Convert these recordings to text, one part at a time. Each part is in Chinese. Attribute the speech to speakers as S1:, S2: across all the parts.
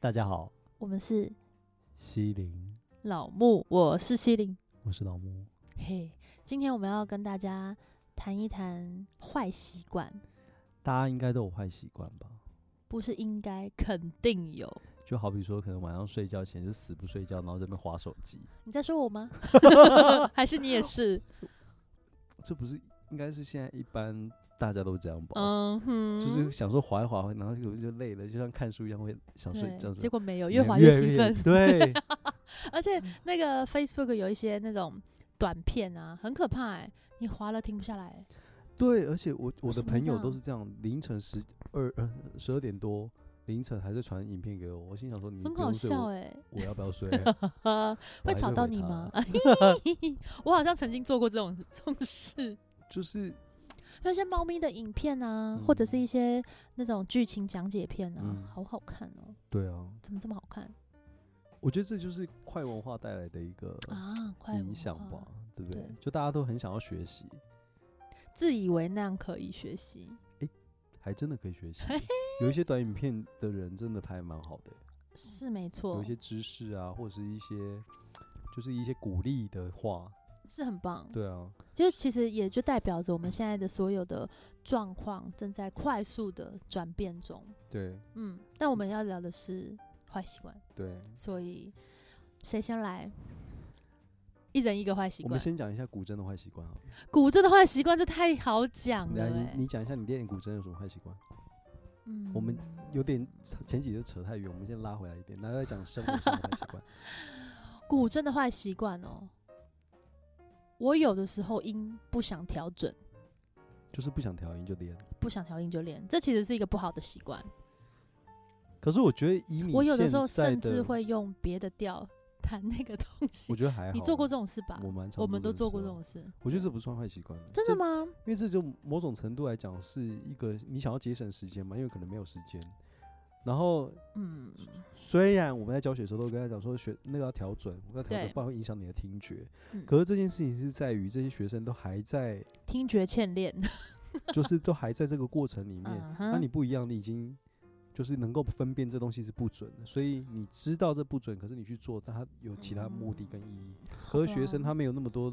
S1: 大家好，
S2: 我们是
S1: 西林，
S2: 老木，我是西林。
S1: 我是老木。
S2: 嘿，今天我们要跟大家谈一谈坏习惯，
S1: 大家应该都有坏习惯吧？
S2: 不是应该肯定有。
S1: 就好比说，可能晚上睡觉前是死不睡觉，然后在那边划手机，
S2: 你在说 我吗？还是你也是？
S1: 这不是应该是现在一般大家都这样吧？
S2: 嗯哼，
S1: 就是想说划一划，然后就就累了，就像看书一样会想睡
S2: 对
S1: 觉。
S2: 结
S1: 果
S2: 果没有，越滑越兴奋。
S1: 对，
S2: 而且
S1: 嗯
S2: 那个 Facebook 有一些那种短片啊，很可怕哎、你滑了停不下来、
S1: 对，而且我我
S2: 为
S1: 的
S2: 什么
S1: 朋
S2: 会
S1: 友
S2: 这
S1: 都
S2: 样
S1: 是这样，凌晨十二呃十二点多凌晨还在传影片给我，我心想说你
S2: 很
S1: 不
S2: 好
S1: 用睡
S2: 笑
S1: 我
S2: 哎、
S1: 我要不要睡？我
S2: 会
S1: 还
S2: 吵
S1: 是
S2: 到
S1: 回
S2: 你
S1: 他
S2: 吗？ 我好像曾经做过这种这种事。
S1: 就是
S2: 那些猫咪的影片啊，或者是
S1: 嗯
S2: 一些那种剧情讲解片啊，
S1: 嗯
S2: 好好看哦！
S1: 对啊，
S2: 怎么这么好看
S1: 我觉得这就是快文化带来的一个
S2: 啊？快哦
S1: 影
S2: 文
S1: 响
S2: 化
S1: 吧，对不对？
S2: 对
S1: 就大家都很想要学习，
S2: 自以为那样可以学
S1: 嗯
S2: 习，
S1: 还真的可以学 习。有一些短影片的人真的拍蛮好的，
S2: 是没
S1: 有
S2: 错
S1: 一，些知识啊，或者是一些就是一些鼓励的话，
S2: 是很棒。
S1: 对啊，
S2: 就是其实也就代表着我们现在的所有的状况正在快速的转变中。
S1: 对
S2: 嗯，但我们要聊的是坏习惯，
S1: 对。
S2: 所以谁先来？一人一个坏习
S1: 我们
S2: 惯。
S1: 先讲一下古筝的坏习惯好了。
S2: 古筝的坏习惯，这太好讲了、
S1: 来，
S2: 欸。
S1: 你你讲一下你练古筝有什么坏习惯？
S2: 嗯
S1: 我们有点扯前几集扯太远，我们先拉回来一点，然后再讲生活上的坏习惯。
S2: 古筝的坏习惯哦，我有的时候音不想调准，
S1: 就是不想调音就练。
S2: 不想调音就练，这其实是一个不好的习惯。
S1: 可是我觉得以你
S2: 我有的
S1: 现
S2: 时候
S1: 在
S2: 甚至
S1: 的，
S2: 会用别的调弹那个东西
S1: 我。觉得还好。啊
S2: 你做过这种事吧？
S1: 我蛮常
S2: 我们
S1: 做
S2: 都
S1: 这种事
S2: 做过
S1: 啊
S2: 这种事。
S1: 我觉得这不算坏习惯，
S2: 真的？吗？
S1: 因为这就某种程度来讲是一个你想要节省时间嘛，因为可能没有时间。然后
S2: 嗯，
S1: 虽然我们在教学的时候都跟他讲说学那个要调准，要调
S2: 对
S1: 准，不然会影响你的听觉。
S2: 嗯
S1: 可是这件事情是在于这些学生都还在，
S2: 听觉 欠练。
S1: 就是都还在这个过程里面。
S2: 嗯
S1: 那
S2: 哼，
S1: 啊你不一样，你已经就是能够分辨这东西是不准的，所以你知道这不准，可是你去做，但它有其他目
S2: 嗯
S1: 的跟意义。可
S2: 啊
S1: 是学生他没有那么多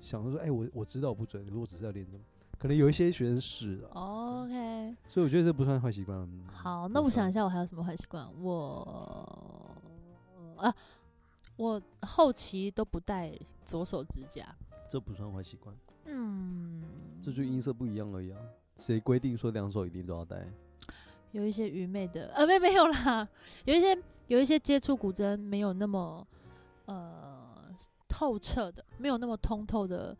S1: 想说，哎、我我知道我不准，可是我只是要练这个。可能有一些学生是了，
S2: OK，
S1: 所以我觉得这不算坏习惯。嗯
S2: 好，
S1: 不
S2: 那我想
S1: 算
S2: 一下，我还有什么坏习惯？我啊，我后期都不戴左手指甲。
S1: 这不算坏习惯，
S2: 嗯，
S1: 这就音色不一样而已啊。谁规定说两手一定都要戴？
S2: 有一些愚昧的，呃，没没有啦，有一些有一些接触古筝没有那么呃透彻的，没有那么通透的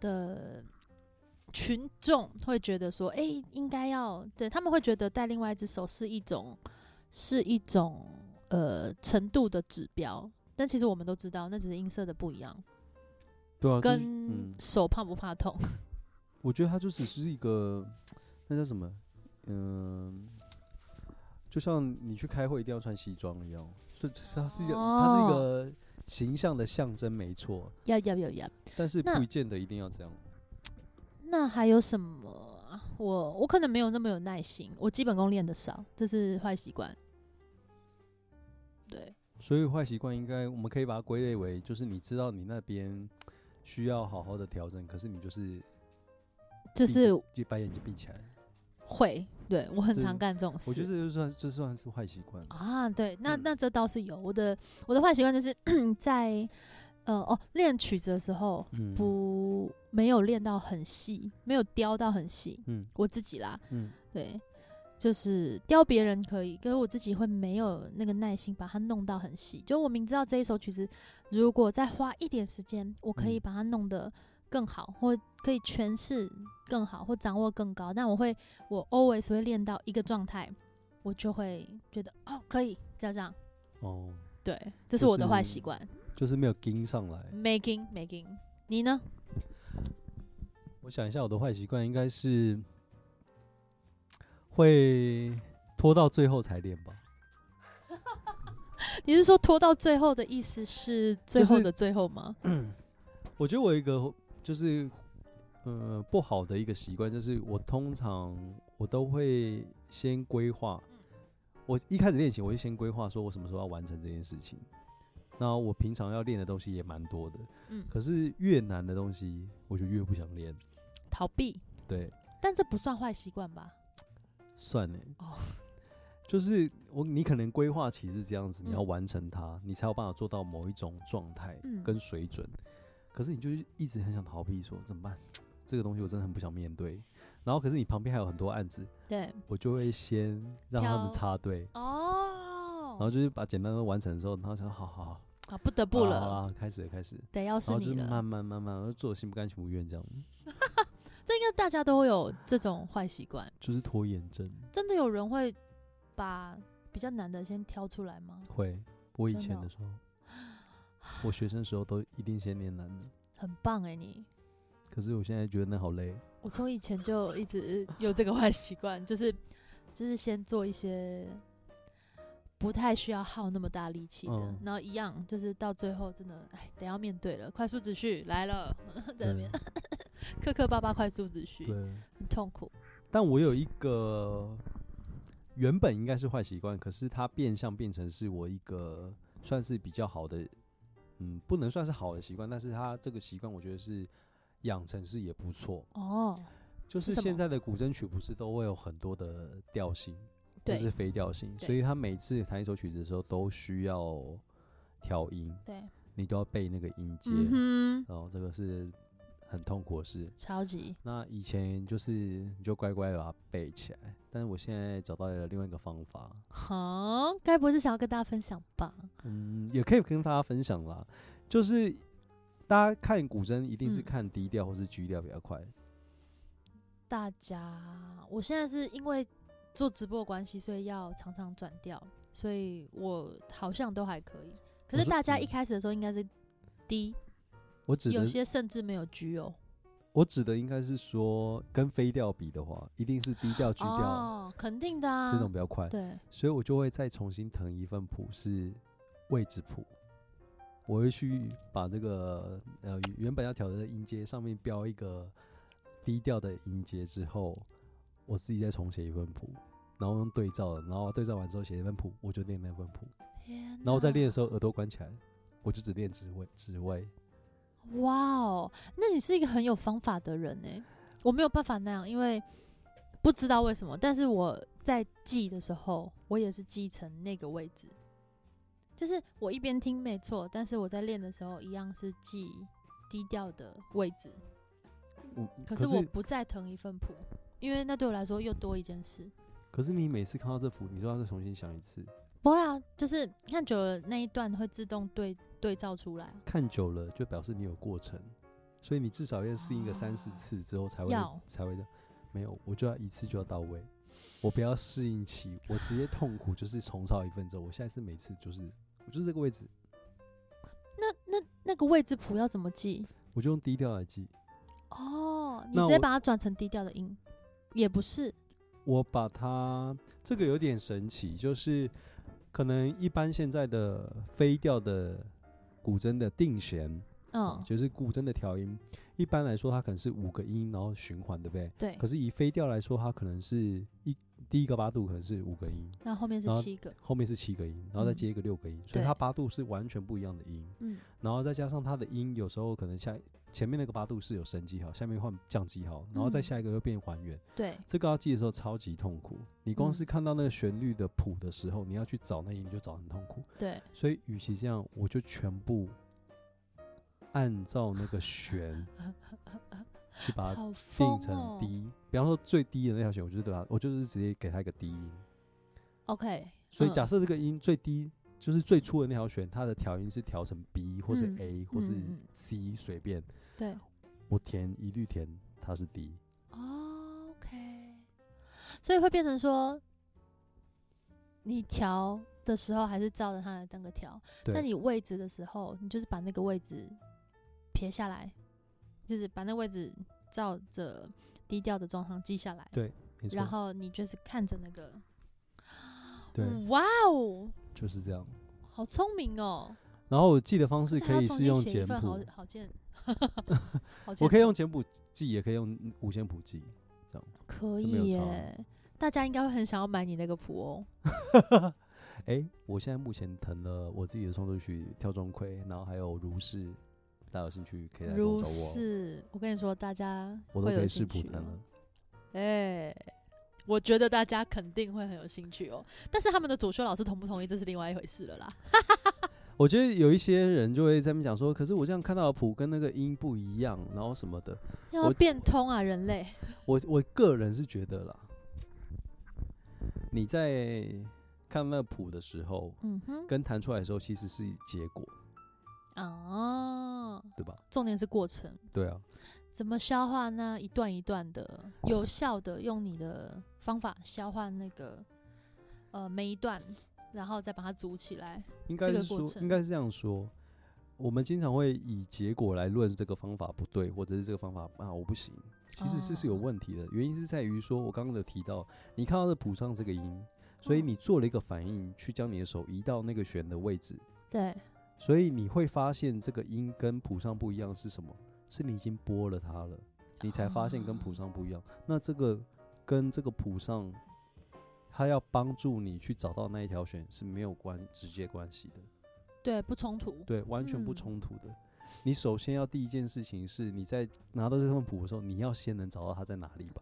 S2: 的群众会觉得说，哎、应该要对他们会觉得戴另外一只手是一种是一种呃程度的指标，但其实我们都知道，那只是音色的不一样，
S1: 对啊，这是
S2: 跟
S1: 嗯，
S2: 手怕不怕痛。
S1: 我觉得它就只是一个，那叫什么？嗯、就像你去开会一定要穿西装一样，所以它是一个，它
S2: 哦
S1: 是一个形象的象征，没错。
S2: 要要要要。
S1: 但是
S2: 那
S1: 不见得一定要这样。
S2: 那还有什么啊？我我可能没有那么有耐心，我基本功练得少，这是坏习惯。对，
S1: 所以坏习惯应该我们可以把它归类为，就是你知道你那边需要好好的调整，可是你就是闭
S2: 就是
S1: 着就把眼睛闭起来。
S2: 会，对我很
S1: 这
S2: 常干这种事。
S1: 我觉得这就算这算是坏习惯。
S2: 啊，对，那
S1: 嗯
S2: 那这倒是有。我的我的坏习惯就是 在呃哦练曲子的时候
S1: 嗯，
S2: 不没有练到很细，没有雕到很细，
S1: 嗯
S2: 我自己啦，
S1: 嗯，
S2: 对。就是雕别人可以，可是我自己会没有那个耐心把它弄到很细。就我明知道这一首曲子，如果再花一点时间，我可以
S1: 嗯
S2: 把它弄得更好，或可以诠释更好，或掌握更高。但我会，我 always 会练到一个状态，我就会觉得哦，可以，就这样。
S1: 哦，
S2: 对，这是
S1: 就
S2: 我的坏
S1: 是
S2: 习惯。
S1: 就是没有跟上来。
S2: Making making，你呢？
S1: 我想一下，我的坏习惯应该是会拖到最后才练吧。
S2: 你是说拖到最后的意思是最
S1: 就
S2: 后
S1: 是
S2: 的最后吗？
S1: 我觉得我有一个就是呃不好
S2: 嗯
S1: 的一个习惯，就是我通常我都会先规划我一开始练琴，我就先规划说我什么时候要完成这件事情。那我平常要练的东西也蛮多的，
S2: 嗯，
S1: 可是越难的东西，我就越不想练。
S2: 逃避，
S1: 对，
S2: 但这不算坏习惯吧？
S1: 算了，
S2: 哦
S1: 就是我你可能规划期是这样子，
S2: 嗯
S1: 你要完成它，你才有办法做到某一种状态
S2: 嗯
S1: 跟水准。可是你就是一直很想逃避说怎么办？这个东西我真的很不想面对。然后可是你旁边还有很多案子，
S2: 对，
S1: 我就会先让他们
S2: 挑
S1: 插队，然后
S2: 哦，
S1: 就是把简单的完成之后，然后想好好好，
S2: 啊，不得
S1: 好
S2: 不
S1: 啦好
S2: 了，
S1: 啦，开始了开始了，
S2: 得要是
S1: 然后就
S2: 你
S1: 是
S2: 了，
S1: 慢慢慢慢，我就做得心不甘情不愿这样，
S2: 这应该大家都会有这种坏习惯。
S1: 就是拖延症。
S2: 真的有人会把比较难的先挑出来吗？
S1: 会，我以
S2: 真的
S1: 前
S2: 哦
S1: 的时候，我学生时候都一定先练男的，
S2: 很棒哎、你。
S1: 可是我现在觉得那好累。
S2: 我从以前就一直有这个坏习惯，就是就是先做一些不太需要耗那么大力气的，
S1: 嗯
S2: 然后一样就是到最后真的，哎，得要面对了，快速秩序来了， 在那边磕磕巴巴快速秩序，
S1: 对，
S2: 很痛苦。
S1: 但我有一个原本应该是坏习惯，可是它变相变成是我一个算是比较好的，嗯，不能算是好的习惯，但是它这个习惯我觉得是养成是也不错。
S2: 哦，
S1: 就是是
S2: 什
S1: 现
S2: 么
S1: 在的古筝曲不是都会有很多的调性，就
S2: 对
S1: 是非调性，
S2: 对
S1: 所以他每次弹一首曲子的时候都需要调音，
S2: 对，
S1: 你都要背那个音阶，
S2: 嗯哼，
S1: 然后这个是很痛苦的事。
S2: 超级
S1: 那以前就是你就乖乖地把它背起来，但是我现在找到了另外一个方法，
S2: 好，该不会是想要跟大家分享吧？
S1: 嗯，也可以跟大家分享啦，就是大家看古筝一定是
S2: 嗯
S1: 看低调或是 G 调比较快，
S2: 大家，我现在是因为做直播的关系，所以要常常转调，所以我好像都还可以。可
S1: 我
S2: 是
S1: 说
S2: 大家
S1: 嗯
S2: 一开始的时候应该是低，
S1: 我指
S2: 有
S1: 的
S2: 些甚至没有 G 哦。
S1: 我指的应该是说，跟飞调比的话，一定是低调、G 调、
S2: 哦，肯定的啊
S1: 这，种比较快，
S2: 对，
S1: 所以我就会再重新腾一份谱是位置谱，我会去把这个呃原本要调的音阶上面标一个低调的音阶之后，我自己再重写一份谱，然后用对照的，然后对照完之后写一份谱，我就练那份谱，
S2: 天哪，
S1: 然后再练的时候耳朵关起来，我就只练指位指位。
S2: 哇哦，那你是一个很有方法的人呢。我没有办法那样，因为不知道为什么，但是我在记的时候，我也是记成那个位置，就是我一边听没错，但是我在练的时候一样是记低调的位置，
S1: 嗯
S2: 可是我不再腾一份谱，因为那对我来说又多一件事。
S1: 可是你每次看到这谱，你都要再重新想一次。
S2: 不会啊，就是看久了那一段会自动对对照出来，
S1: 看久了就表示你有过程，所以你至少要适应个三四
S2: 哦
S1: 次之后才会
S2: 要
S1: 才会的。没有，我就要一次就要到位，我不要适应期，我直接痛苦就是重操一份之后，我下一次每次就是我就是这个位置，
S2: 那那那个位置谱要怎么记？
S1: 我就用低调来记。
S2: 哦，你
S1: 那
S2: 直接
S1: 我
S2: 把它转成低调的音，也不是
S1: 我把它这个有点神奇，就是可能一般现在的飞调的古筝的定弦，
S2: 嗯，
S1: 哦就是古筝的调音，一般来说它可能是五个音然后循环，对不对？
S2: 对
S1: 可，是以飞调来说，它可能是一第一个八度可能是五个音，
S2: 那后面是
S1: 然后
S2: 七个，
S1: 后面是七个音，然后再
S2: 嗯
S1: 接一个六个音，所以
S2: 对
S1: 它八度是完全不一样的音。
S2: 嗯，
S1: 然后再加上它的音，有时候可能下前面那个八度是有升记号，下面换降记号，然后再
S2: 嗯
S1: 下一个又变还原。
S2: 对，
S1: 这个要记的时候超级痛苦，你光
S2: 嗯
S1: 是看到那个旋律的谱的时候，你要去找那音你就找很痛苦。
S2: 对，
S1: 所以与其这样，我就全部按照那个弦 去把它
S2: 好
S1: 定
S2: 疯
S1: 成
S2: 哦。
S1: 低，比方说最低的那条弦，我就是对它，我就是直接给它一个低音。
S2: OK，
S1: 所以假
S2: 嗯
S1: 设这个音最低，就是最初的那条弦，它的调音是调成 B 或是
S2: 嗯
S1: A 或是
S2: 嗯嗯
S1: C 随便，
S2: 对
S1: 我填一律填它是 D。
S2: 哦，OK，所以会变成说，你调的时候还是照着它的那个调，但
S1: 对
S2: 你位置的时候，你就是把那个位置撇下来，就是把那位置照着低调的状况记下来，
S1: 对没
S2: 然
S1: 错，
S2: 后你就是看着那个，
S1: 对，
S2: 哇哦，
S1: 就是这样。
S2: 好聪明哦！
S1: 然后我记的方式
S2: 是
S1: 可以是用
S2: 写一
S1: 简
S2: 份好
S1: 谱，
S2: 好简，好
S1: 我
S2: 简
S1: 可以
S2: 谱
S1: 用简谱记，也可以用五线谱记。
S2: 可
S1: 是没有
S2: 以
S1: 差
S2: 耶。大家应该会很想要买你那个谱哦。
S1: 哎、我现在目前腾了我自己的创作曲《跳钟馗》，然后还有《如是》，大家有兴趣可以来跟我
S2: 如
S1: 找我，
S2: 是，我跟你说，大家
S1: 我都
S2: 会
S1: 可
S2: 有
S1: 以试
S2: 兴
S1: 谱
S2: 趣
S1: 腾
S2: 哦
S1: 了。
S2: 哎、我觉得大家肯定会很有兴趣哦。但是他们的主修老师同不同意，这是另外一回事了啦。
S1: 我觉得有一些人就会在那边讲说，可是我这样看到的谱跟那个音不一样，然后什么的。
S2: 要
S1: 我
S2: 变通啊，人类。
S1: 我我个人是觉得啦，你在看那谱的时候，
S2: 嗯哼，
S1: 跟弹出来的时候其实是结果，
S2: 哦，
S1: 对吧？
S2: 重点是过程，
S1: 对啊，
S2: 怎么消化呢？一段一段的，有
S1: 哦
S2: 效的用你的方法消化那个呃每一段，然后再把它组起来。
S1: 应该
S2: 这
S1: 是
S2: 个
S1: 说
S2: 过，
S1: 应该是这样说。我们经常会以结果来论这个方法不对，或者是这个方法啊我不行，其实是是有
S2: 哦
S1: 问题的。原因是在于说，我刚刚有提到，你看到的谱上这个音，所以
S2: 嗯
S1: 你做了一个反应，去将你的手移到那个弦的位置，
S2: 对，
S1: 所以你会发现这个音跟谱上不一样是什么？是你已经拨了它了，你才发现跟谱上不一
S2: 哦
S1: 样。那这个跟这个谱上，它要帮助你去找到那一条弦是没有关直接关系的，
S2: 对，不冲突。
S1: 对，完全不
S2: 嗯
S1: 冲突的。你首先要第一件事情是，你在拿到这份谱的时候，你要先能找到它在哪里吧，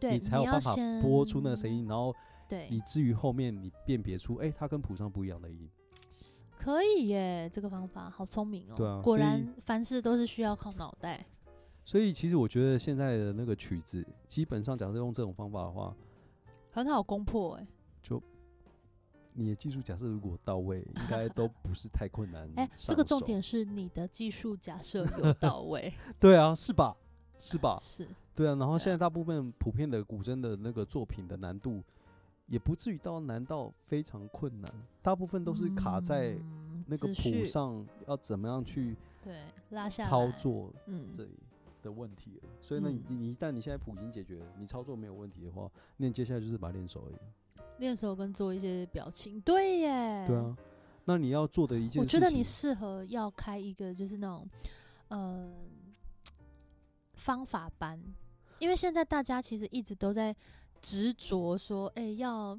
S2: 对，
S1: 你才有
S2: 要
S1: 办法
S2: 先
S1: 播出那个声音，。然后
S2: 对，
S1: 以至于后面你辨别出，哎、它跟谱上不一样的音。
S2: 可以耶，这个方法好聪明哦。
S1: 对啊
S2: 果
S1: 所以
S2: 然凡事都是需要靠脑袋。
S1: 所以其实我觉得现在的那个曲子，基本上假设用这种方法的话，
S2: 很好攻破
S1: 嗯
S2: 哎、
S1: 你的技术假设如果到位，应该都不是太困难。
S2: 哎、这个重点，是你的技术假设有到位，
S1: 对啊，是吧？是吧？
S2: 是
S1: 对啊。然后
S2: 对
S1: 现在大部分普遍的古筝的那个作品的难度，也不至于到难到非常困难，大部分都是卡在
S2: 嗯
S1: 那个
S2: 秩
S1: 谱
S2: 序
S1: 上要怎么样去
S2: 对拉下
S1: 操
S2: 来，
S1: 作
S2: 嗯
S1: 这，里的问题了。所以呢，你
S2: 嗯
S1: 你一旦你现在谱已经解决了，你操作没有问题的话，那你接下来就是把它练熟而已。
S2: 练手跟做一些表情，对耶，
S1: 对啊，那你要做的一件事情，
S2: 我觉得你适合要开一个就是那种呃方法班，因为现在大家其实一直都在执着说，哎、要。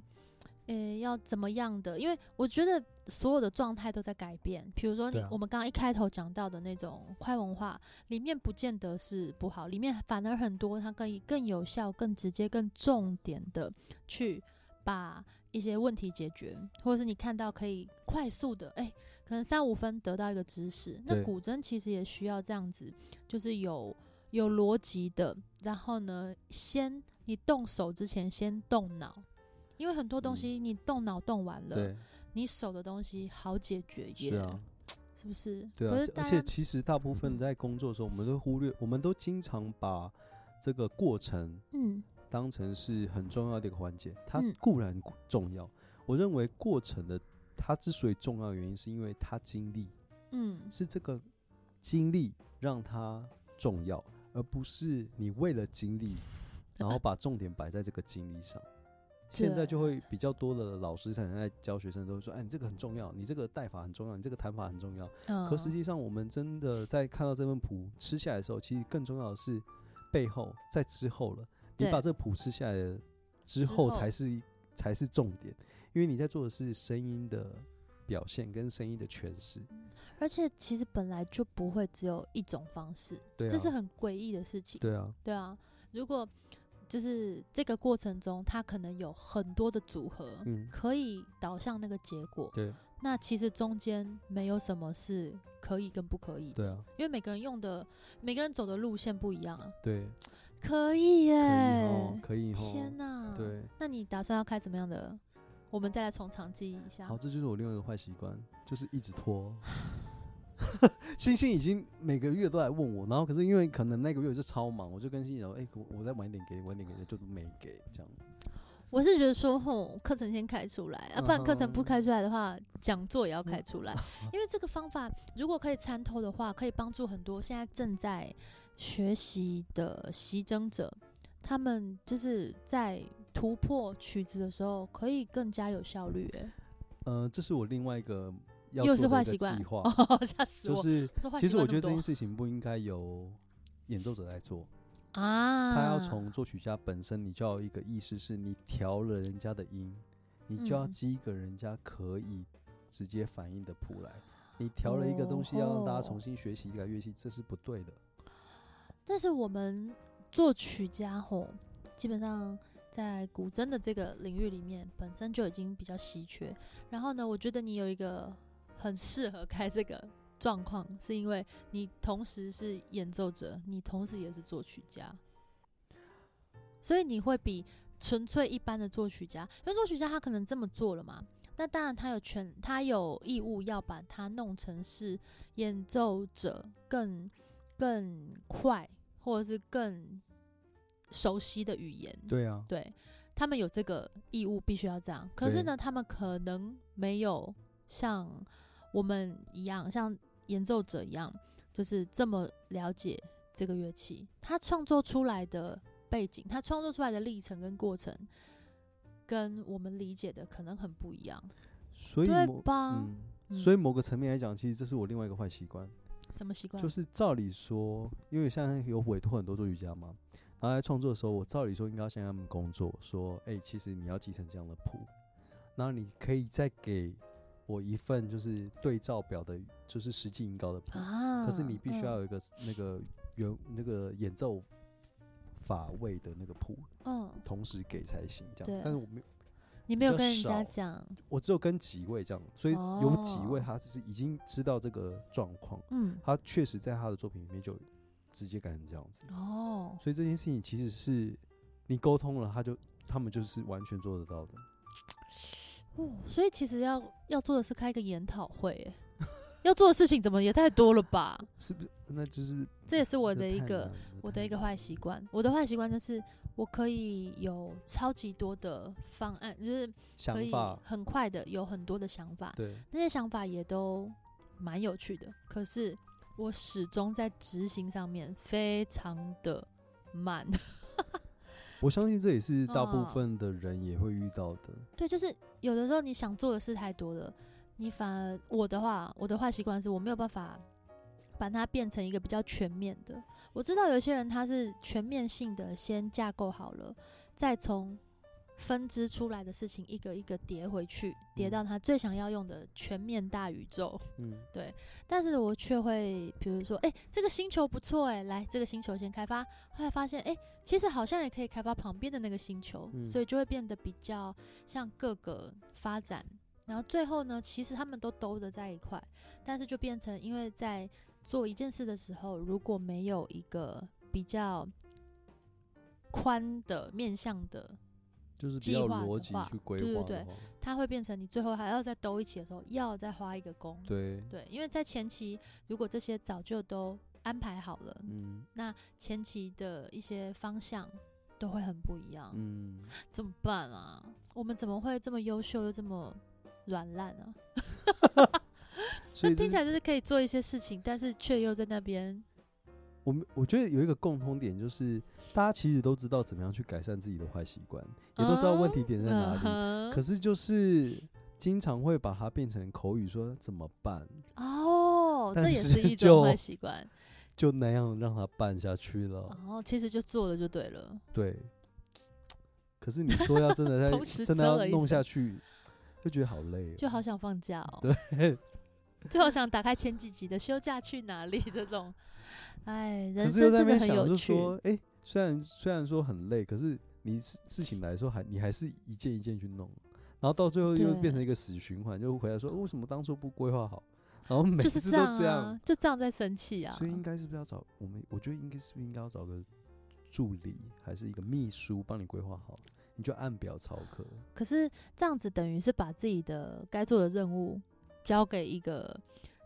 S2: 诶、要怎么样的？因为我觉得所有的状态都在改变。比如说你，
S1: 对啊
S2: 我们刚刚一开头讲到的那种快文化，里面不见得是不好，里面反而很多它可以更有效、更直接、更重点的去把一些问题解决，或者是你看到可以快速的，哎、可能三五分得到一个知识。那
S1: 对
S2: 古筝其实也需要这样子，就是有有逻辑的，然后呢，先你动手之前先动脑，因为很多东
S1: 嗯
S2: 西你动脑动完了，
S1: 对，
S2: 你手的东西好解决耶，
S1: 是啊，
S2: 是不是？
S1: 对
S2: 不
S1: 啊
S2: 是，
S1: 而
S2: 大
S1: 且
S2: 家嗯
S1: 其实大部分在工作的时候，我们都忽略，我们都经常把这个过程
S2: 嗯
S1: 当成是很重要的一个环节，它
S2: 嗯
S1: 固然重要，我认为过程的它之所以重要的原因，是因为它经历
S2: 嗯
S1: 是这个经历让它重要，而不是你为了经历，然后把重点摆在这个经历上。现在就会比较多的老师常常在教学生都会说：“哎，你这个很重要，你这个带法很重要，你这个弹法很重要。”
S2: 嗯，
S1: 可实际上，我们真的在看到这份谱吃下来的时候，其实更重要的是背后在之后了。你
S2: 对
S1: 把这个谱吃下来了之
S2: 之
S1: 后，
S2: 后
S1: 才是才是重点，因为你在做的是声音的表现跟声音的诠释。
S2: 而且其实本来就不会只有一种方式，
S1: 对啊，
S2: 这是很诡异的事情。
S1: 对啊，
S2: 对啊，如果就是这个过程中，它可能有很多的组合，
S1: 嗯
S2: 可以导向那个结果。
S1: 对
S2: 那其实中间没有什么是可以跟不可以的，
S1: 对啊，
S2: 因为每个人用的、每个人走的路线不一样啊。
S1: 对，
S2: 可以耶！
S1: 可以哦，可以哦。
S2: 哎天哪！，
S1: 对，
S2: 那你打算要开怎么样的？我们再来从长计议一下
S1: 好，。这就是我另外一个坏习惯，就是一直拖。 星星已经每个月都来问我，然后可是因为可能那个月就超忙，我就跟星星讲说，哎、可我我再晚一点给，晚一点给，就没给这样。
S2: 我是觉得说，吼，课程先开出来，啊，不然课
S1: 嗯
S2: 程不开出来的话，讲座也要开出来，因为这个方法如果可以参透的话，可以帮助很多现在正在学习的习争者，他们就是在突破曲子的时候，可以更加有效率、欸。
S1: 呃，这是我另外一个要
S2: 又
S1: 做
S2: 是
S1: 的
S2: 坏
S1: 一个
S2: 习惯
S1: 计，划，
S2: 哦，吓死
S1: 就
S2: 我！
S1: 是
S2: 这坏
S1: 其
S2: 习
S1: 实我
S2: 惯那
S1: 觉得这
S2: 么多
S1: 件事情不应该由演奏者来做，
S2: 啊，
S1: 他要从作曲家本身，你就要有一个意识，是你调了人家的音，你就要
S2: 嗯
S1: 激一个人家可以直接反应的谱来。你调了一个东西，要让大家重
S2: 哦
S1: 新学习一个乐器，这是不对的。
S2: 但是我们作曲家吼，基本上在古筝的这个领域里面，本身就已经比较稀缺。然后呢，我觉得你有一个很适合开这个状况，是因为你同时是演奏者，你同时也是作曲家，所以你会比纯粹一般的作曲家，因为作曲家他可能这么做了嘛。那当然，他有权，他有义务要把它弄成是演奏者更更快或者是更熟悉的语言，
S1: 对啊，
S2: 对他们有这个义务，必须要这样。可是呢，他们可能没有像我们一样，像演奏者一样，就是这么了解这个乐器。他创作出来的背景，他创作出来的历程跟过程，跟我们理解的可能很不一样，
S1: 所以
S2: 对
S1: 某
S2: 吧？
S1: 嗯，
S2: 嗯
S1: 所以某个层面来讲，其实这是我另外一个坏习惯，
S2: 什么习惯？
S1: 就是照理说，因为现在有委托很多作曲家嘛，然后在创作的时候，我照理说应该要向他们工作，说，哎、其实你要继承这样的谱，然后你可以再给我一份就是对照表的，就是实际音高的谱，
S2: 啊，
S1: 可是你必须要
S2: 嗯
S1: 有一个那个原那个演奏法位的那个谱，
S2: 嗯
S1: 同时给才行这
S2: 对
S1: 样。但是我没有，
S2: 你没有
S1: 比较
S2: 跟人家
S1: 少
S2: 讲，
S1: 我只有跟几位这样，所以有几位
S2: 哦
S1: 他是已经知道这个状况，
S2: 嗯，
S1: 他确实在他的作品里面就直接改成这样子。
S2: 哦，
S1: 所以这件事情其实是你沟通了，他就他们就是完全做得到的。
S2: 哦，所以其实要要做的是开一个研讨会耶，要做的事情怎么也太多了吧？
S1: 是不是？那就是
S2: 这也是我
S1: 这
S2: 的一
S1: 太
S2: 个
S1: 难了
S2: 我
S1: 太
S2: 的一个
S1: 难
S2: 坏
S1: 了
S2: 习惯。我的坏习惯就是我可以有超级多的方案，就是可
S1: 想
S2: 以
S1: 法，
S2: 很快的有很多的想法，
S1: 对，
S2: 那些想法也都蛮有趣的。可是我始终在执行上面非常的慢。
S1: 我相信这也是大部
S2: 哦
S1: 分的人也会遇到的。
S2: 对，就是有的时候你想做的事太多了，你反而我的话，我的坏习惯是我没有办法把它变成一个比较全面的。我知道有些人他是全面性的，先架构好了，再从分支出来的事情一个一个叠回去，叠
S1: 嗯
S2: 到他最想要用的全面大宇宙。
S1: 嗯，
S2: 但是我却会，比如说，哎、这个星球不错，哎，来，这个星球先开发。后来发现，哎、其实好像也可以开发旁边的那个星球，
S1: 嗯
S2: 所以就会变得比较像各个发展。然后最后呢，其实他们都兜得在一块，但是就变成，因为在做一件事的时候，如果没有一个比较宽的面向的，
S1: 就是比
S2: 计
S1: 较
S2: 划
S1: 逻
S2: 的
S1: 辑
S2: 话
S1: 去规
S2: 对对
S1: 划
S2: 对
S1: 的话，
S2: 它会变成你最后还要再兜一起的时候，要再花一个工。
S1: 对，
S2: 对，因为在前期，如果这些早就都安排好了，
S1: 嗯
S2: 前期的一些方向都会很不一样。
S1: 嗯，
S2: 怎么办啊？我们怎么会这么优秀又这么软烂啊？
S1: 所
S2: 就
S1: 以这
S2: 听起
S1: 是
S2: 来就是可以做一些事情，但是却又在那边
S1: 我们我觉得有一个共通点，就是大家其实都知道怎么样去改善自己的坏习惯，也都知道问题点在哪
S2: 嗯
S1: 里，
S2: 哼
S1: 可是就是经常会把它变成口语说怎么办，
S2: 哦，这
S1: 但
S2: 也
S1: 是
S2: 是一种坏
S1: 就
S2: 习惯。
S1: 就那样让它办下去了。
S2: 然后其实就做了就对了，
S1: 对，可是你说要真的
S2: 同
S1: 在
S2: 时
S1: 真的
S2: 啧
S1: 要
S2: 了一
S1: 弄
S2: 声
S1: 下去，就觉得好累、哦，
S2: 就好想放假哦，
S1: 对。
S2: 就好想打开前几集的休假去哪里这种。哎，人
S1: 可是又在那
S2: 生真的
S1: 边
S2: 很
S1: 想，
S2: 有
S1: 就
S2: 趣。
S1: 说，哎、虽然虽然说很累，可是你事事情来的时候还你还是一件一件去弄，然后到最后又
S2: 对
S1: 变成一个死循环，就回来说、哦为什么当初不规划好，然后每
S2: 就是
S1: 次
S2: 这
S1: 都
S2: 样
S1: 这
S2: 啊，就这样在生气啊。
S1: 所以应该是不是要找我们？我觉得应该是不是应该要找个助理还是一个秘书帮你规划好，你就按表操课。
S2: 可是这样子等于是把自己的该做的任务交给一个，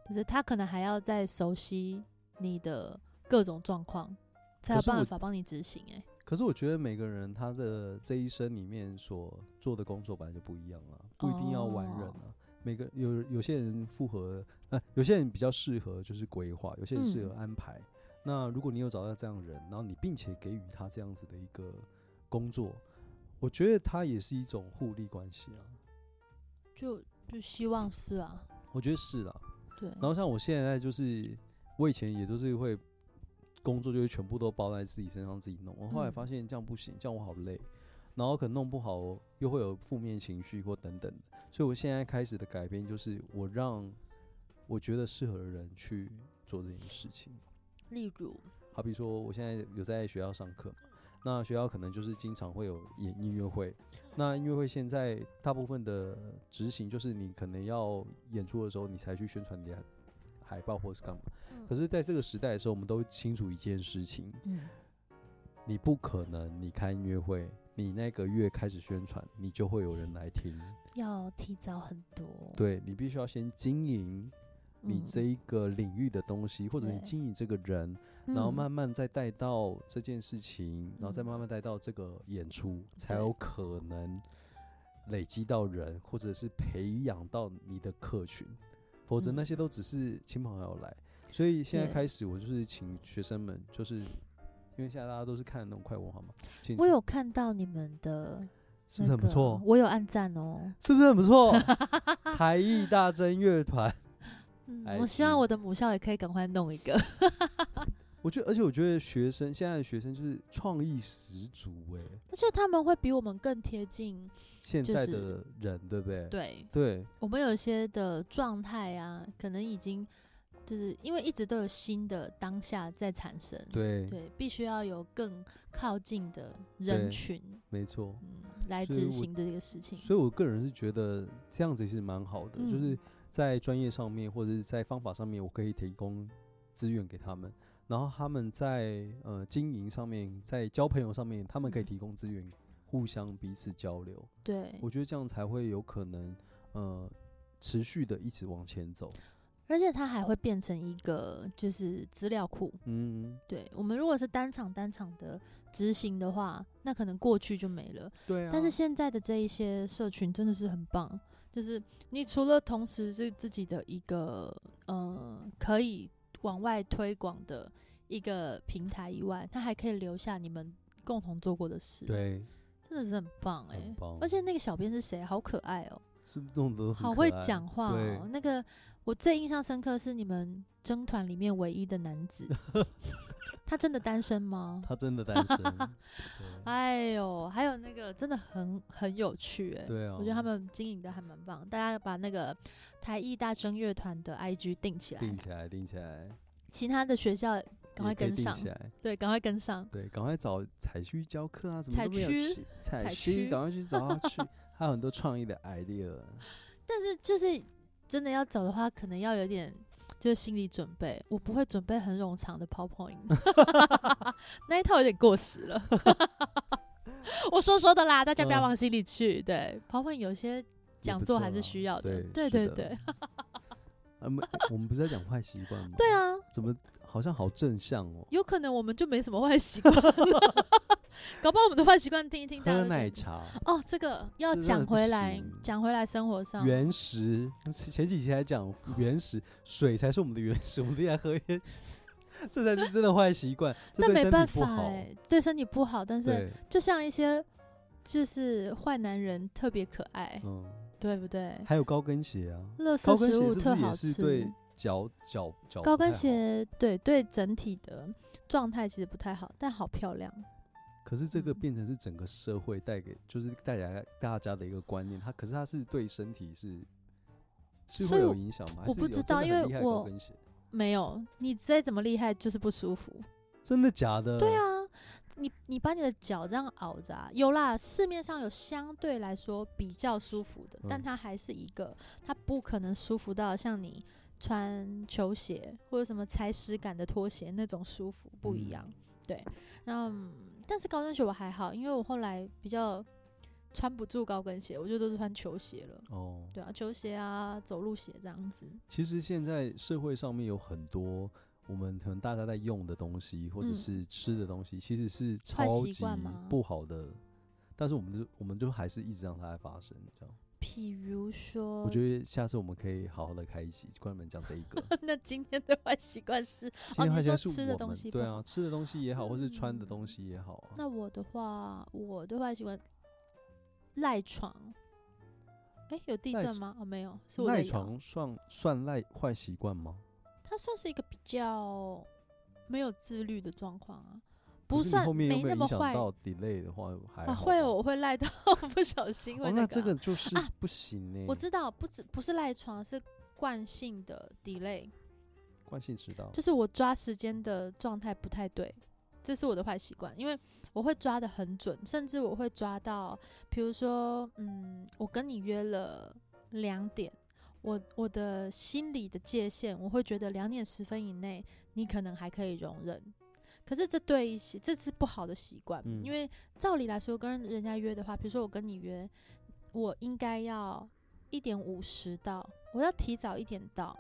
S2: 就是他可能还要再熟悉你的各种状况，才有
S1: 可是我
S2: 办法帮你执行、欸。哎，
S1: 可是我觉得每个人他的这一生里面所做的工作本来就不一样了，不一定要完人啊。每个有有些人符合，呃，有些人比较适合就是规划，有些人适合
S2: 嗯
S1: 安排。那如果你有找到这样的人，然后你并且给予他这样子的一个工作，我觉得他也是一种互利关系啊。
S2: 就就希望是啊，
S1: 我觉得是啦、
S2: 对，
S1: 然后像我现在就是，我以前也都是会工作就会全部都包在自己身上自己弄。我后来
S2: 嗯
S1: 发现这样不行，这样我好累，然后可能弄不好又会有负面情绪或等等的。所以我现在开始的改变就是，我让我觉得适合的人去做这件事情。
S2: 例如，
S1: 好比说，我现在有在学校上课嘛，那学校可能就是经常会有演音乐会。那音乐会现在大部分的执行就是你可能要演出的时候，你才去宣传你的海报或是干嘛。可是，在这个时代的时候，我们都清楚一件事情：
S2: 嗯，
S1: 你不可能，你开音乐会，你那个月开始宣传，你就会有人来听。
S2: 要提早很多。，
S1: 对你必须要先经营你这一个领域的东西，或者你
S2: 嗯对
S1: 经营这个人，
S2: 嗯，
S1: 然后慢慢再带到这件事情，然后再
S2: 嗯
S1: 慢慢带到这个演出，才
S2: 对
S1: 有可能累积到人，或者是培养到你的客群，否则那些都只是亲朋好友来。所以现在
S2: 嗯对
S1: 开始，我就是请学生们，就是因为现在大家都是看那种快文化嘛，请
S2: 我有看到你们的、
S1: 是
S2: 那
S1: 不是
S2: 个，
S1: 很不错？
S2: 我有按赞哦。
S1: 是不是很不错？ 台艺大真乐团，
S2: 嗯
S1: 还，
S2: 我希望
S1: 行
S2: 我的母校也可以赶快弄一个。
S1: 我觉得，而且我觉得学生现在的学生就是创意十足哎、
S2: 而且他们会比我们更贴近，
S1: 现
S2: 就
S1: 在
S2: 是
S1: 的人对不对？
S2: 对
S1: 对。
S2: 我们有一些的状态啊，可能已经就是因为一直都有新的当下在产生，
S1: 对，
S2: 对，必须要有更靠近的人
S1: 对
S2: 群，
S1: 没错。
S2: 嗯，来
S1: 所以
S2: 执
S1: 我
S2: 行的这个事情。
S1: 所以我个人是觉得这样子是蛮好的，就
S2: 嗯
S1: 是在专业上面或者是在方法上面，我可以提供资源给他们，然后他们在呃经营上面，在交朋友上面，他们可以
S2: 嗯
S1: 提供资源，互相彼此交流。
S2: 对，
S1: 我觉得这样才会有可能呃持续的一直往前走。
S2: 而且它还会变成一个就是资料库。
S1: 嗯，
S2: 对我们如果是单场单场的执行的话，那可能过去就没了。
S1: 对啊。
S2: 但是现在的这一些社群真的是很棒，就是你除了同时是自己的一个呃可以往外推广的一个平台以外，它还可以留下你们共同做过的事，，
S1: 对，
S2: 真的是很棒哎、
S1: 很棒
S2: 而且那个小编是谁？好可爱哦、
S1: 是不是弄得都很
S2: 好
S1: 可
S2: 会
S1: 爱
S2: 讲话
S1: 对
S2: 哦、，那个我最印象深刻是你们征团里面唯一的 男子，他真的单身吗？。
S1: 他真的单身
S2: 哎呦，还有那个真的很很有趣哎、
S1: 对对啊，
S2: 我觉得他们经营的还蛮棒，大家把那个台艺大声乐团的 IG 定起来，
S1: 定起来，定起来，
S2: 其他的学校赶快
S1: 也可以
S2: 跟
S1: 定
S2: 上
S1: 起，来。
S2: 对，赶快跟上。
S1: 对，赶快找采区教课啊，怎
S2: 采
S1: 么都没有
S2: 区
S1: 去
S2: 采
S1: 采
S2: 区
S1: 区，赶快去找他 去，他有很多创意的 idea。
S2: 但是就是真的要走的话，可能要有点就是心理准备，我不会准备很冗长的 PowerPoint，那一套有点过时了。 我说说的啦，大家不要
S1: 嗯
S2: 往心里去。对，PowerPoint 有些讲
S1: 不
S2: 座
S1: 错
S2: 还是
S1: 啦
S2: 需要的。
S1: 对
S2: 对对
S1: 是的
S2: 对，
S1: 啊，没，我们不是在讲坏习惯吗？
S2: 对，啊，
S1: 怎么好像好正向哦？
S2: 有可能我们就没什么坏习惯了， 搞不好我们的坏习惯听一听，大家
S1: 喝
S2: 都
S1: 奶
S2: 觉得
S1: 茶，
S2: 哦，这个要
S1: 这真的
S2: 讲
S1: 不
S2: 回来
S1: 行，
S2: 讲回来生活上，
S1: 原石，前几期还讲原 石，水才是我们的原石，我们都在喝烟， 这才是真的坏习惯，这
S2: 但
S1: 对
S2: 没
S1: 身
S2: 办
S1: 体不
S2: 法
S1: 好。
S2: 哎、对身体不好，但是
S1: 对，
S2: 就像一些就是坏男人特别可爱，
S1: 嗯，
S2: 对不对？
S1: 还有高跟鞋啊，
S2: 乐
S1: 高
S2: 色
S1: 跟
S2: 食
S1: 鞋
S2: 物
S1: 是不
S2: 特
S1: 是
S2: 好
S1: 也是对
S2: 吃，
S1: 脚脚脚？
S2: 高跟。鞋对对整体的状态其实不太好，但好漂亮。
S1: 可是这个
S2: 嗯
S1: 变成是整个社会带给，就是带来大家的一个观念，它可是它是对身体是是
S2: 所
S1: 会
S2: 以
S1: 有
S2: 我
S1: 影响吗？还
S2: 我
S1: 是
S2: 不
S1: 有
S2: 知
S1: 真
S2: 道
S1: 的
S2: 因
S1: 很
S2: 为
S1: 厉害的高
S2: 我
S1: 跟鞋
S2: 没有，你再怎么厉害就是不舒服。
S1: 真的假的？
S2: 对，啊，你你把你的脚这样熬着、啊，有啦，市面上有相对来说比较舒服的，
S1: 嗯
S2: 但它还是一个，它不可能舒服到像你穿球鞋或者什么踩屎感的拖鞋那种舒服不一
S1: 嗯
S2: 样。对，那、嗯、但是高跟鞋我还好，因为我后来比较穿不住高跟鞋，我就都是穿球鞋了。
S1: 哦，
S2: 对啊，球鞋啊，走路鞋这样子。
S1: 其实现在社会上面有很多我们可能大家在用的东西，或者
S2: 嗯
S1: 是吃的东西，其实是
S2: 坏
S1: 超
S2: 习
S1: 级
S2: 惯吗
S1: 不好的，但是我们就我们就还是一直让它来发生，这样。
S2: 譬如说，
S1: 我觉得下次我们可以好好的开一集关门讲这一个。
S2: 那今天的坏习惯是
S1: 今天
S2: 哦你
S1: 还
S2: 说
S1: 是
S2: 吃的
S1: 我
S2: 东
S1: 们
S2: 西
S1: 对
S2: 不
S1: 啊
S2: 好，
S1: 吃的东西也好，或是穿的
S2: 嗯
S1: 东西也好啊。
S2: 那我的话，我的坏习惯赖床。哎、有地
S1: 赖
S2: 震
S1: 床
S2: 吗？哦，没有，是我在
S1: 赖
S2: 摇。
S1: 床算算赖坏习惯吗？
S2: 它算是一个比较没有自律的状况啊，
S1: 可
S2: 不
S1: 是你
S2: 算
S1: 后面有
S2: 没
S1: 没
S2: 那
S1: 有
S2: 么
S1: 影响
S2: 坏
S1: 到 delay 的话，还
S2: 啊，
S1: 好
S2: 会
S1: 吧
S2: 哦，我会赖到 不小心会
S1: 哦，那
S2: 啊
S1: 这个就是
S2: 啊
S1: 不行呢、
S2: 我知道，不止不是赖床，是惯性的 delay，
S1: 惯性迟到，
S2: 就是我抓时间的状态不太对，这是我的坏习惯，因为我会抓的很准，甚至我会抓到，比如说，嗯，我跟你约了两点，我我的心理的界限，我会觉得两点十分以内，你可能还可以容忍。可是这对一些这是不好的习惯，
S1: 嗯
S2: 因为照理来说跟人家约的话，比如说我跟你约，我应该要一点五十到，我要提早一点到，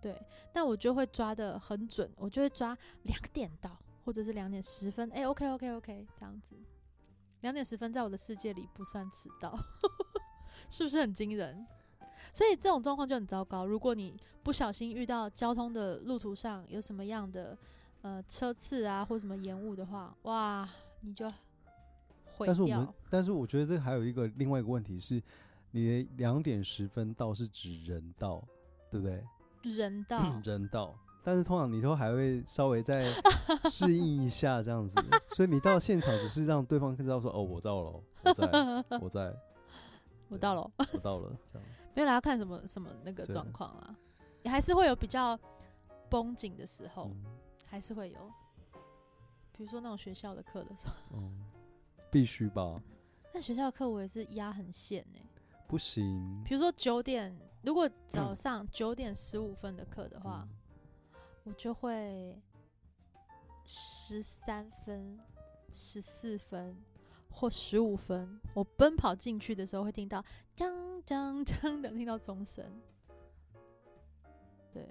S2: 对，但我就会抓的很准，我就会抓两点到，或者是两点十分，哎、o k OK OK，这样子，两点十分在我的世界里不算迟到， 是不是很惊人？所以这种状况就很糟糕。如果你不小心遇到交通的路途上有什么样的呃车次啊或什么延误的话，哇，你就毁
S1: 但是我们
S2: 掉。，
S1: 但是我觉得这还有一个另外一个问题是，你的两点十分到是指人到，对不对？
S2: 人道
S1: 人到，但是通常你都还会稍微再适应一下这样子，所以你到现场只是让对方知道说哦，我到了哦，我在，我在，
S2: 我
S1: 对
S2: 到了，
S1: 我到了，这样。
S2: 没有啦，要看什么什么那个
S1: 对
S2: 状况啦，你还是会有比较绷紧的时候，
S1: 嗯
S2: 还是会有，比如说那种学校的课的时候，
S1: 嗯，必须吧？
S2: 那学校的课我也是压很线呢、
S1: 不行。
S2: 比如说九点，如果早上九点十五分的课的话，
S1: 嗯
S2: 我就会十三分、十四分或十五分。我奔跑进去的时候会听到“锵锵锵”的，听到钟声。对，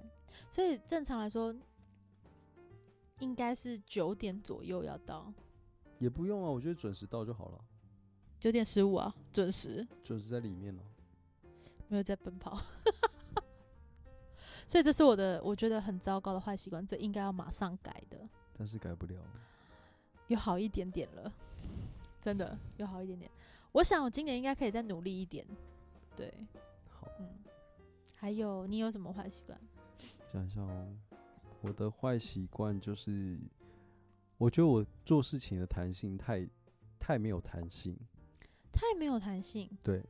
S2: 所以正常来说，应该是九点左右要到，
S1: 也不用啊，我觉得准时到就好了，
S2: 九点十五啊，准时。
S1: 准时在里面哦了。
S2: 没有在奔跑。 所以这是我的，我觉得很糟糕的坏习惯，这应该要马上改的。
S1: 但是改不了。
S2: 有好一点点了，真的有好一点点。我想我今年应该可以再努力一点。对，
S1: 好，
S2: 嗯。还有你有什么坏习惯？
S1: 想一下哦，我的坏习惯就是，我觉得我做事情的弹性太太没有弹性。
S2: 太没有弹性，
S1: 对，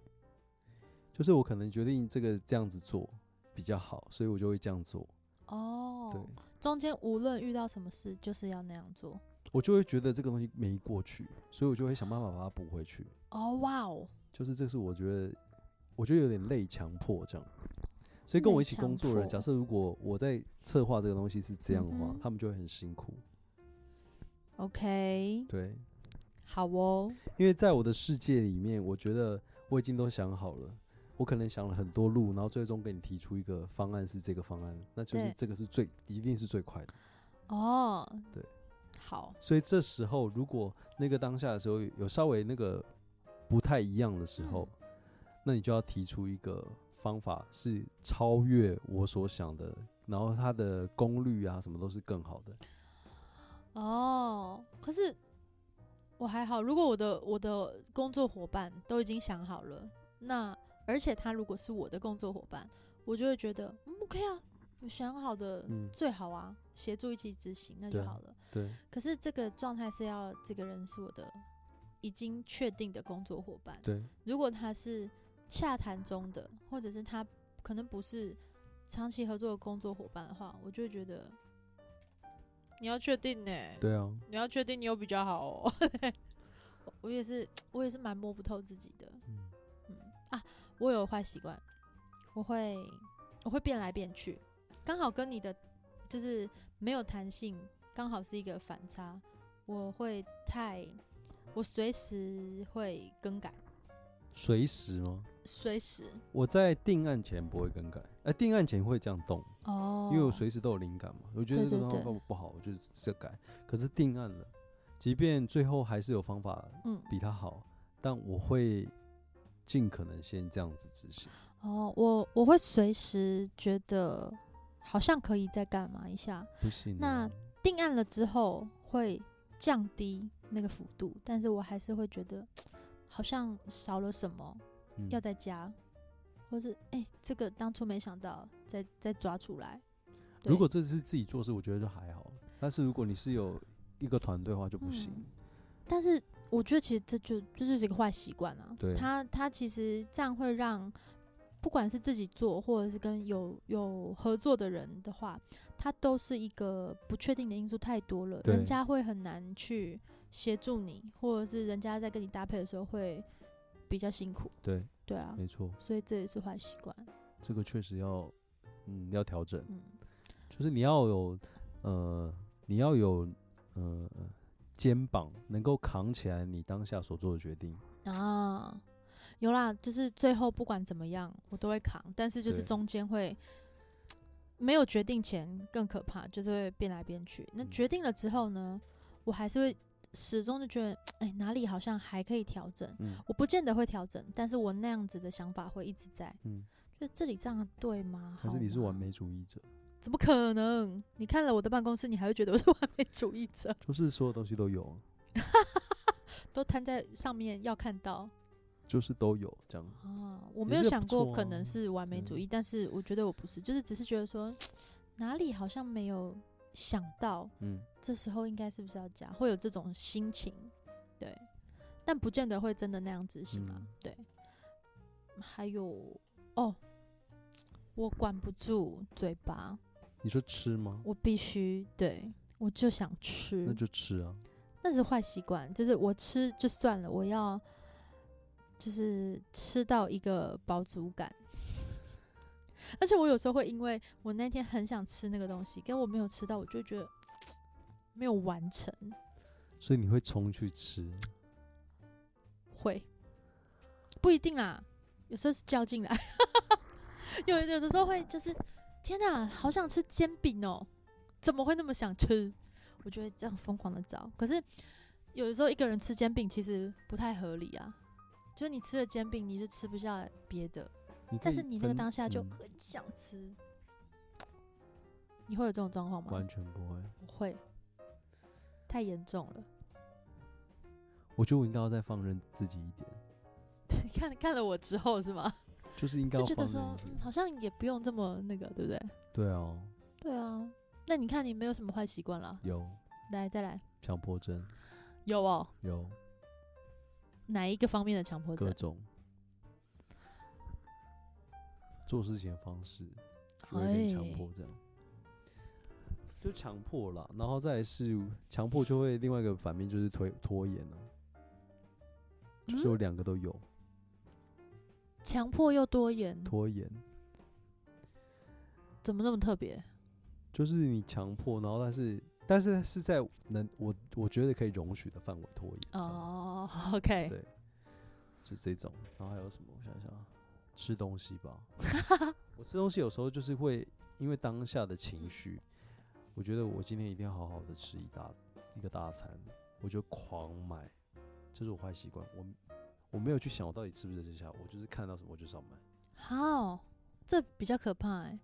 S1: 就是我可能决定这个这样子做比较好，所以我就会这样做。
S2: 哦。
S1: 对，
S2: 中间无论遇到什么事，就是要那样做。
S1: 我就会觉得这个东西没过去，所以我就会想办法把它补回去。
S2: 哦，哇哦，
S1: 就是这是我觉得，我觉得有点累强迫这样。所以跟我一起工作的
S2: 类
S1: 人，假
S2: 强迫
S1: 设如果我在策划这个东西是这样的话，
S2: 嗯哼
S1: 他们就会很辛苦。
S2: ，OK，
S1: 对，
S2: 好哦，
S1: 因为在我的世界里面，我觉得我已经都想好了，我可能想了很多路，然后最终给你提出一个方案是这个方案，那就是
S2: 对
S1: 这个是最一定是最快的。
S2: 哦，
S1: 对，
S2: 好，
S1: 所以这时候如果那个当下的时候有稍微那个不太一样的时候，那你就要提出一个方法是超越我所想的，然后它的功率啊什么都是更好的。
S2: 哦，可是我还好，如果我的我的工作伙伴都已经想好了，那而且他如果是我的工作伙伴，我就会觉得嗯 OK 啊，我想好的
S1: 嗯，
S2: 最好啊，协助一起执行那就
S1: 对啊
S2: 好了。
S1: 对，
S2: 可是这个状态是要这个人是我的已经确定的工作伙伴，
S1: 对，
S2: 如果他是洽谈中的，或者是他可能不是长期合作的工作伙伴的话，我就会觉得你要确定呢、欸
S1: 对啊，
S2: 你要确定你有比较好哦。 我我也是，我也是蛮摸不透自己的。
S1: 嗯，
S2: 嗯啊，我有坏习惯，我会我会变来变去，刚好跟你的就是没有弹性，刚好是一个反差。我会太，我随时会更改，
S1: 随时吗？
S2: 随时
S1: 我在定案前不会更改，哎、定案前会这样动，
S2: 哦
S1: 因为我随时都有灵感嘛。我觉得
S2: 对
S1: 这个
S2: 对对
S1: 方法不好，我就这改。可是定案了，即便最后还是有方法
S2: 嗯
S1: 比他好，但我会尽可能先这样子执行。
S2: 哦，我我会随时觉得好像可以再干嘛一下，
S1: 不行啊，
S2: 那定案了之后会降低那个幅度，但是我还是会觉得好像少了什么，
S1: 嗯
S2: 要再加，或是哎、这个当初没想到，再再抓出来。对
S1: 如果这是自己做事，我觉得就还好。但是如果你是有一个团队的话就不行。
S2: 嗯但是我觉得其实这就这就是一个坏习惯啊。
S1: 对
S2: 他他其实这样会让，不管是自己做或者是跟有有合作的人的话，他都是一个不确定的因素太多了，
S1: 对
S2: 人家会很难去协助你，或者是人家在跟你搭配的时候会比较辛苦。
S1: 对，
S2: 对啊，
S1: 没错，
S2: 所以这也是坏习惯。
S1: 这个确实要嗯要调整，
S2: 嗯，
S1: 就是你要有呃你要有呃肩膀能够扛起来你当下所做的决定。
S2: 啊，有啦，就是最后不管怎么样，我都会扛，但是就是
S1: 对
S2: 中间会没有决定前更可怕，就是会变来变去。那
S1: 嗯
S2: 决定了之后呢，我还是会始终就觉得，哎、哪里好像还可以调整。
S1: 嗯
S2: 我不见得会调整，但是我那样子的想法会一直在，
S1: 嗯，
S2: 就这里这样对吗？
S1: 可是
S2: 好啊
S1: 你是
S2: 吗
S1: 完美？主义者，
S2: 怎么可能？你看了我的办公室，你还会觉得我是完美主义者，
S1: 就是所有东西都有，
S2: 都摊在上面要看到。
S1: 就是都有这样。
S2: 哦，我
S1: 也
S2: 没有
S1: 是
S2: 想
S1: 不
S2: 过
S1: 错
S2: 可
S1: 啊
S2: 能是完美
S1: 对
S2: 主义，但是我觉得我不是，就是只是觉得说哪里好像没有想到，
S1: 嗯，
S2: 这时候应该是不是要加，会有这种心情，对，但不见得会真的那样执行啊，
S1: 嗯
S2: 对。还有哦，我管不住嘴巴，
S1: 你说吃吗？
S2: 我必须对我就想吃，
S1: 那就吃啊。
S2: 那是坏习惯，就是我吃就算了，我要就是吃到一个饱足感。而且我有时候会因为我那天很想吃那个东西，跟我没有吃到，我就会觉得没有完成。
S1: 所以你会冲去吃，
S2: 会不一定啦，有时候是较劲啦， 有有的时候会就是天哪，好想吃煎饼哦、怎么会那么想吃？我就会这样疯狂的找。可是有的时候一个人吃煎饼其实不太合理啊，就是你吃了煎饼，你就吃不下别的，
S1: 你可
S2: 但
S1: 以
S2: 是你那个
S1: 分
S2: 当下就
S1: 嗯
S2: 很想吃。你会有这种状况吗？
S1: 完全不会。
S2: 我会，太严重了。
S1: 我觉得我应该要再放任自己一点，
S2: 看看了我之后是吗？
S1: 就是应该
S2: 就
S1: 要
S2: 觉得
S1: 放任
S2: 说
S1: 一，点
S2: 嗯，。好像也不用这么那个，对不对？
S1: 对啊，
S2: 对啊，那你看你没有什么坏习惯了，
S1: 有
S2: 来再来，
S1: 强迫症，
S2: 有哦，
S1: 有
S2: 哪一个方面的强迫
S1: 各
S2: 症？
S1: 种做事情的方式，就有点强迫这样，就强迫啦。然后再来是强迫，就会另外一个反面就是推拖延啊，就是有
S2: 嗯，
S1: 两个都有
S2: 强迫又多言，
S1: 拖延，
S2: 怎么那么特别？
S1: 就是你强迫，然后但是但是是在能我我觉得可以容许的范围拖延这样
S2: 哦，OK，
S1: 对，就这种。然后还有什么？我想想啊，吃东西吧。我吃东西有时候就是会因为当下的情绪，我觉得我今天一定要好好的吃一大一个大餐，我就狂买，这是我坏习惯。我我没有去想我到底吃不吃得下，我就是看到什么我就是要买。
S2: 好，这比较可怕哎，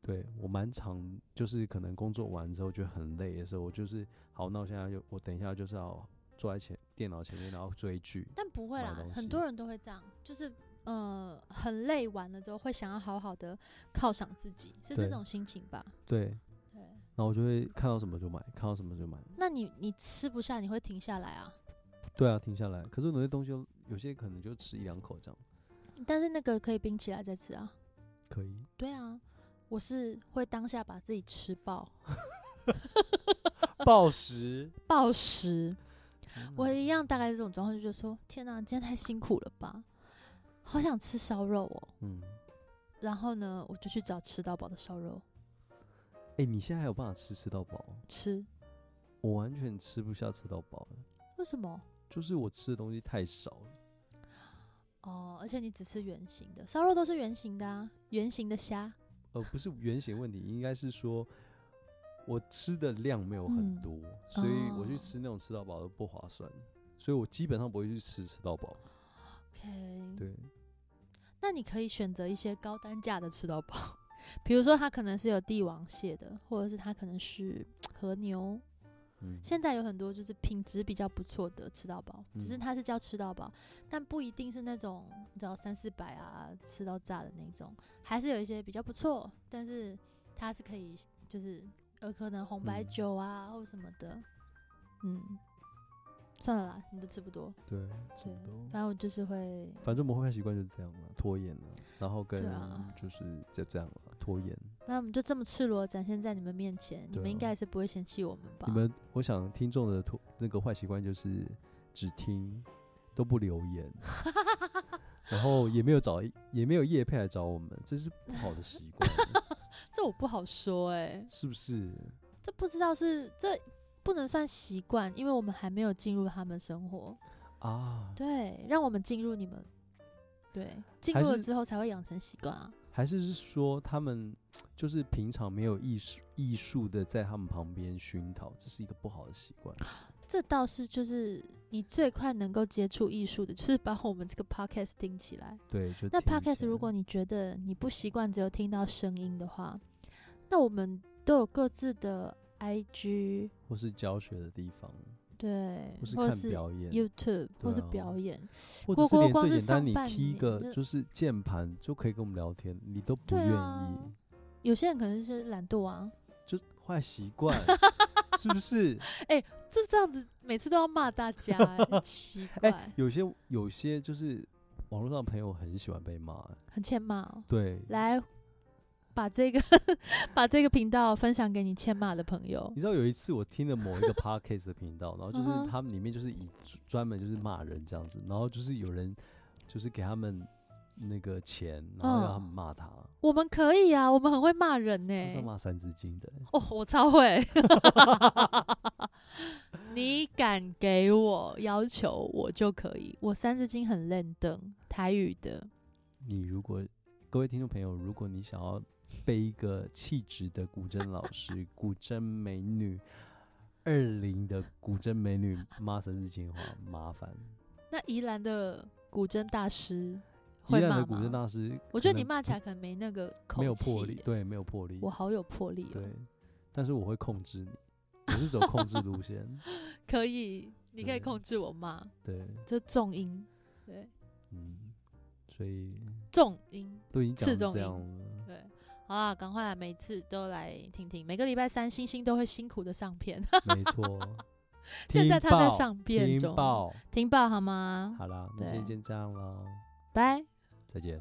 S1: 对我蛮常就是可能工作完之后觉得很累的时候，我就是好，那我现在就我等一下就是要坐在前电脑前面，然后追剧。
S2: 但不会
S1: 买
S2: 啦
S1: 东，
S2: 很
S1: 西
S2: 多人都会这样，就是。呃，很累完了之后，会想要好好的犒赏自己，是这
S1: 对
S2: 种心情吧？
S1: 对，
S2: 对。
S1: 然后我就会看到什么就买，看到什么就买。
S2: 那你你吃不下，你会停下来啊？
S1: 对啊，停下来。可是有些东西有有些可能就吃一两口这样，
S2: 但是那个可以冰起来再吃啊。
S1: 可 以。
S2: 对啊，我是会当下把自己吃爆，
S1: 暴食，嗯
S2: 暴食。
S1: 天
S2: 我
S1: 哪
S2: 一样大概是这种状况，就觉得说天哪、今天太辛苦了吧，好想吃烧肉哦。
S1: 嗯，
S2: 然后呢，我就去找吃到饱的烧肉
S1: 哎、你现在还有办法吃吃到饱？
S2: 吃。
S1: 我完全吃不下吃到饱了，
S2: 为什么？
S1: 就是我吃的东西太少了。
S2: 哦，而且你只吃圆形的，烧肉都是圆形的啊，圆形的虾。
S1: 呃，不是原型问题，应该是说我吃的量没有很
S2: 嗯
S1: 多，所以我
S2: 哦
S1: 去吃那种吃到饱都不划算，所以我基本上不会去吃吃到饱。
S2: OK，
S1: 对，
S2: 那你可以选择一些高单价的吃到饱， 比如说它可能是有帝王蟹的，或者是它可能是和牛，
S1: 嗯，
S2: 现在有很多就是品质比较不错的吃到饱，只是
S1: 嗯
S2: 它是叫吃到饱，但不一定是那种你知道三四百啊吃到炸的那种，还是有一些比较不错，但是它是可以就是呃，可能红白
S1: 嗯
S2: 酒啊、或什么的，嗯，算了啦，你的词不多，
S1: 对，
S2: 对
S1: 差不多，
S2: 反正我就是会，
S1: 反正我们会坏习惯就是这样了，拖延了，然后跟
S2: 对啊嗯
S1: 就是就这样了，拖延。
S2: 反正我们就这么赤裸地展现在你们面前，你
S1: 对
S2: 们应
S1: 啊
S2: 该也是不会嫌弃我们吧？
S1: 你们，我想听众的拖那个坏习惯就是只听都不留 言，然后也没有找也没有叶配来找我们，这是不好的习惯，
S2: 这我不好说哎、
S1: 是不是？
S2: 这不知道是这不能算习惯，因为我们还没有进入他们生活，
S1: 啊，
S2: 对，让我们进入你们，对，进
S1: 还
S2: 入了
S1: 是
S2: 之后才会养成习惯啊。
S1: 还是是说他们就是平常没有艺术艺术的在他们旁边熏陶，这是一个不好的习惯。
S2: 这倒是就是你最快能够接触艺术的，就是把我们这个 podcast 听起来。
S1: 对，就
S2: 那
S1: 听起
S2: podcast 如
S1: 来
S2: 果你觉得你不习惯只有听到声音的话，那我们都有各自的 IG，
S1: 或是教学的地方，
S2: 对
S1: 或，是
S2: 或
S1: 看
S2: 是
S1: 表演，
S2: YouTube，或
S1: 对
S2: 是
S1: 啊
S2: 表演，
S1: 或者
S2: 郭
S1: 是
S2: 郭
S1: 连
S2: 光
S1: 最
S2: 是
S1: 简单，
S2: 上
S1: 你
S2: 半
S1: 踢一
S2: 年
S1: 个
S2: 就
S1: 就是键盘就可以跟我们聊天，你都不
S2: 对
S1: 愿
S2: 啊
S1: 意，
S2: 有些人可能是懒惰啊，
S1: 就坏习 惯，是不是？
S2: 就这样子，每次都要骂大 家、欸，很奇
S1: 哎、
S2: 怪，
S1: 有些有些就是网络上的朋友很喜欢被骂、
S2: 很欠骂、哦。
S1: 对，
S2: 来，把这个 把这个频道分享给你欠骂的朋友
S1: 你。知道有一次我听了某一个 podcast 的频道，然后就
S2: 嗯哼
S1: 是他们里面就是以专专门就是骂人这样子，然后就是有人就是给他们那个钱，然后让他
S2: 嗯
S1: 们骂他，
S2: 我们可以啊，我们很会骂人呢、
S1: 他是要骂三字经的、
S2: 哦，我超会。 你敢给我要求，我就可以。我三字经很认登，台语的。
S1: 你如果各位听众朋友，如果你想要被一个气质的古筝老师、古筝美女、二零的古筝美女骂三字经的话，麻烦。
S2: 那宜兰的古筝大师
S1: 宜
S2: 会
S1: 兰
S2: 骂
S1: 的古筝
S2: 吗？
S1: 大师，
S2: 我觉得你骂起来可能没那个口气、
S1: 没有魄力，，对，没有魄力
S2: 我，好有魄力哦、
S1: 对。但是我会控制你，我是走控制路 线，
S2: 可以，你可以
S1: 对
S2: 控制我骂，
S1: 对，
S2: 就重音，对，
S1: 嗯，所以
S2: 重音，
S1: 都已经
S2: 刺
S1: 讲成
S2: 中
S1: 这
S2: 你
S1: 样了，
S2: 对。好啊，赶快每次都来听听，每个礼拜三星星都会辛苦的上片，
S1: 没错。
S2: 现在
S1: 听
S2: 他在
S1: 爆
S2: 上片
S1: 听
S2: 中
S1: 爆
S2: 听爆好吗？
S1: 好啦，那
S2: 对
S1: 先先这样喽，
S2: 拜。
S1: 再见。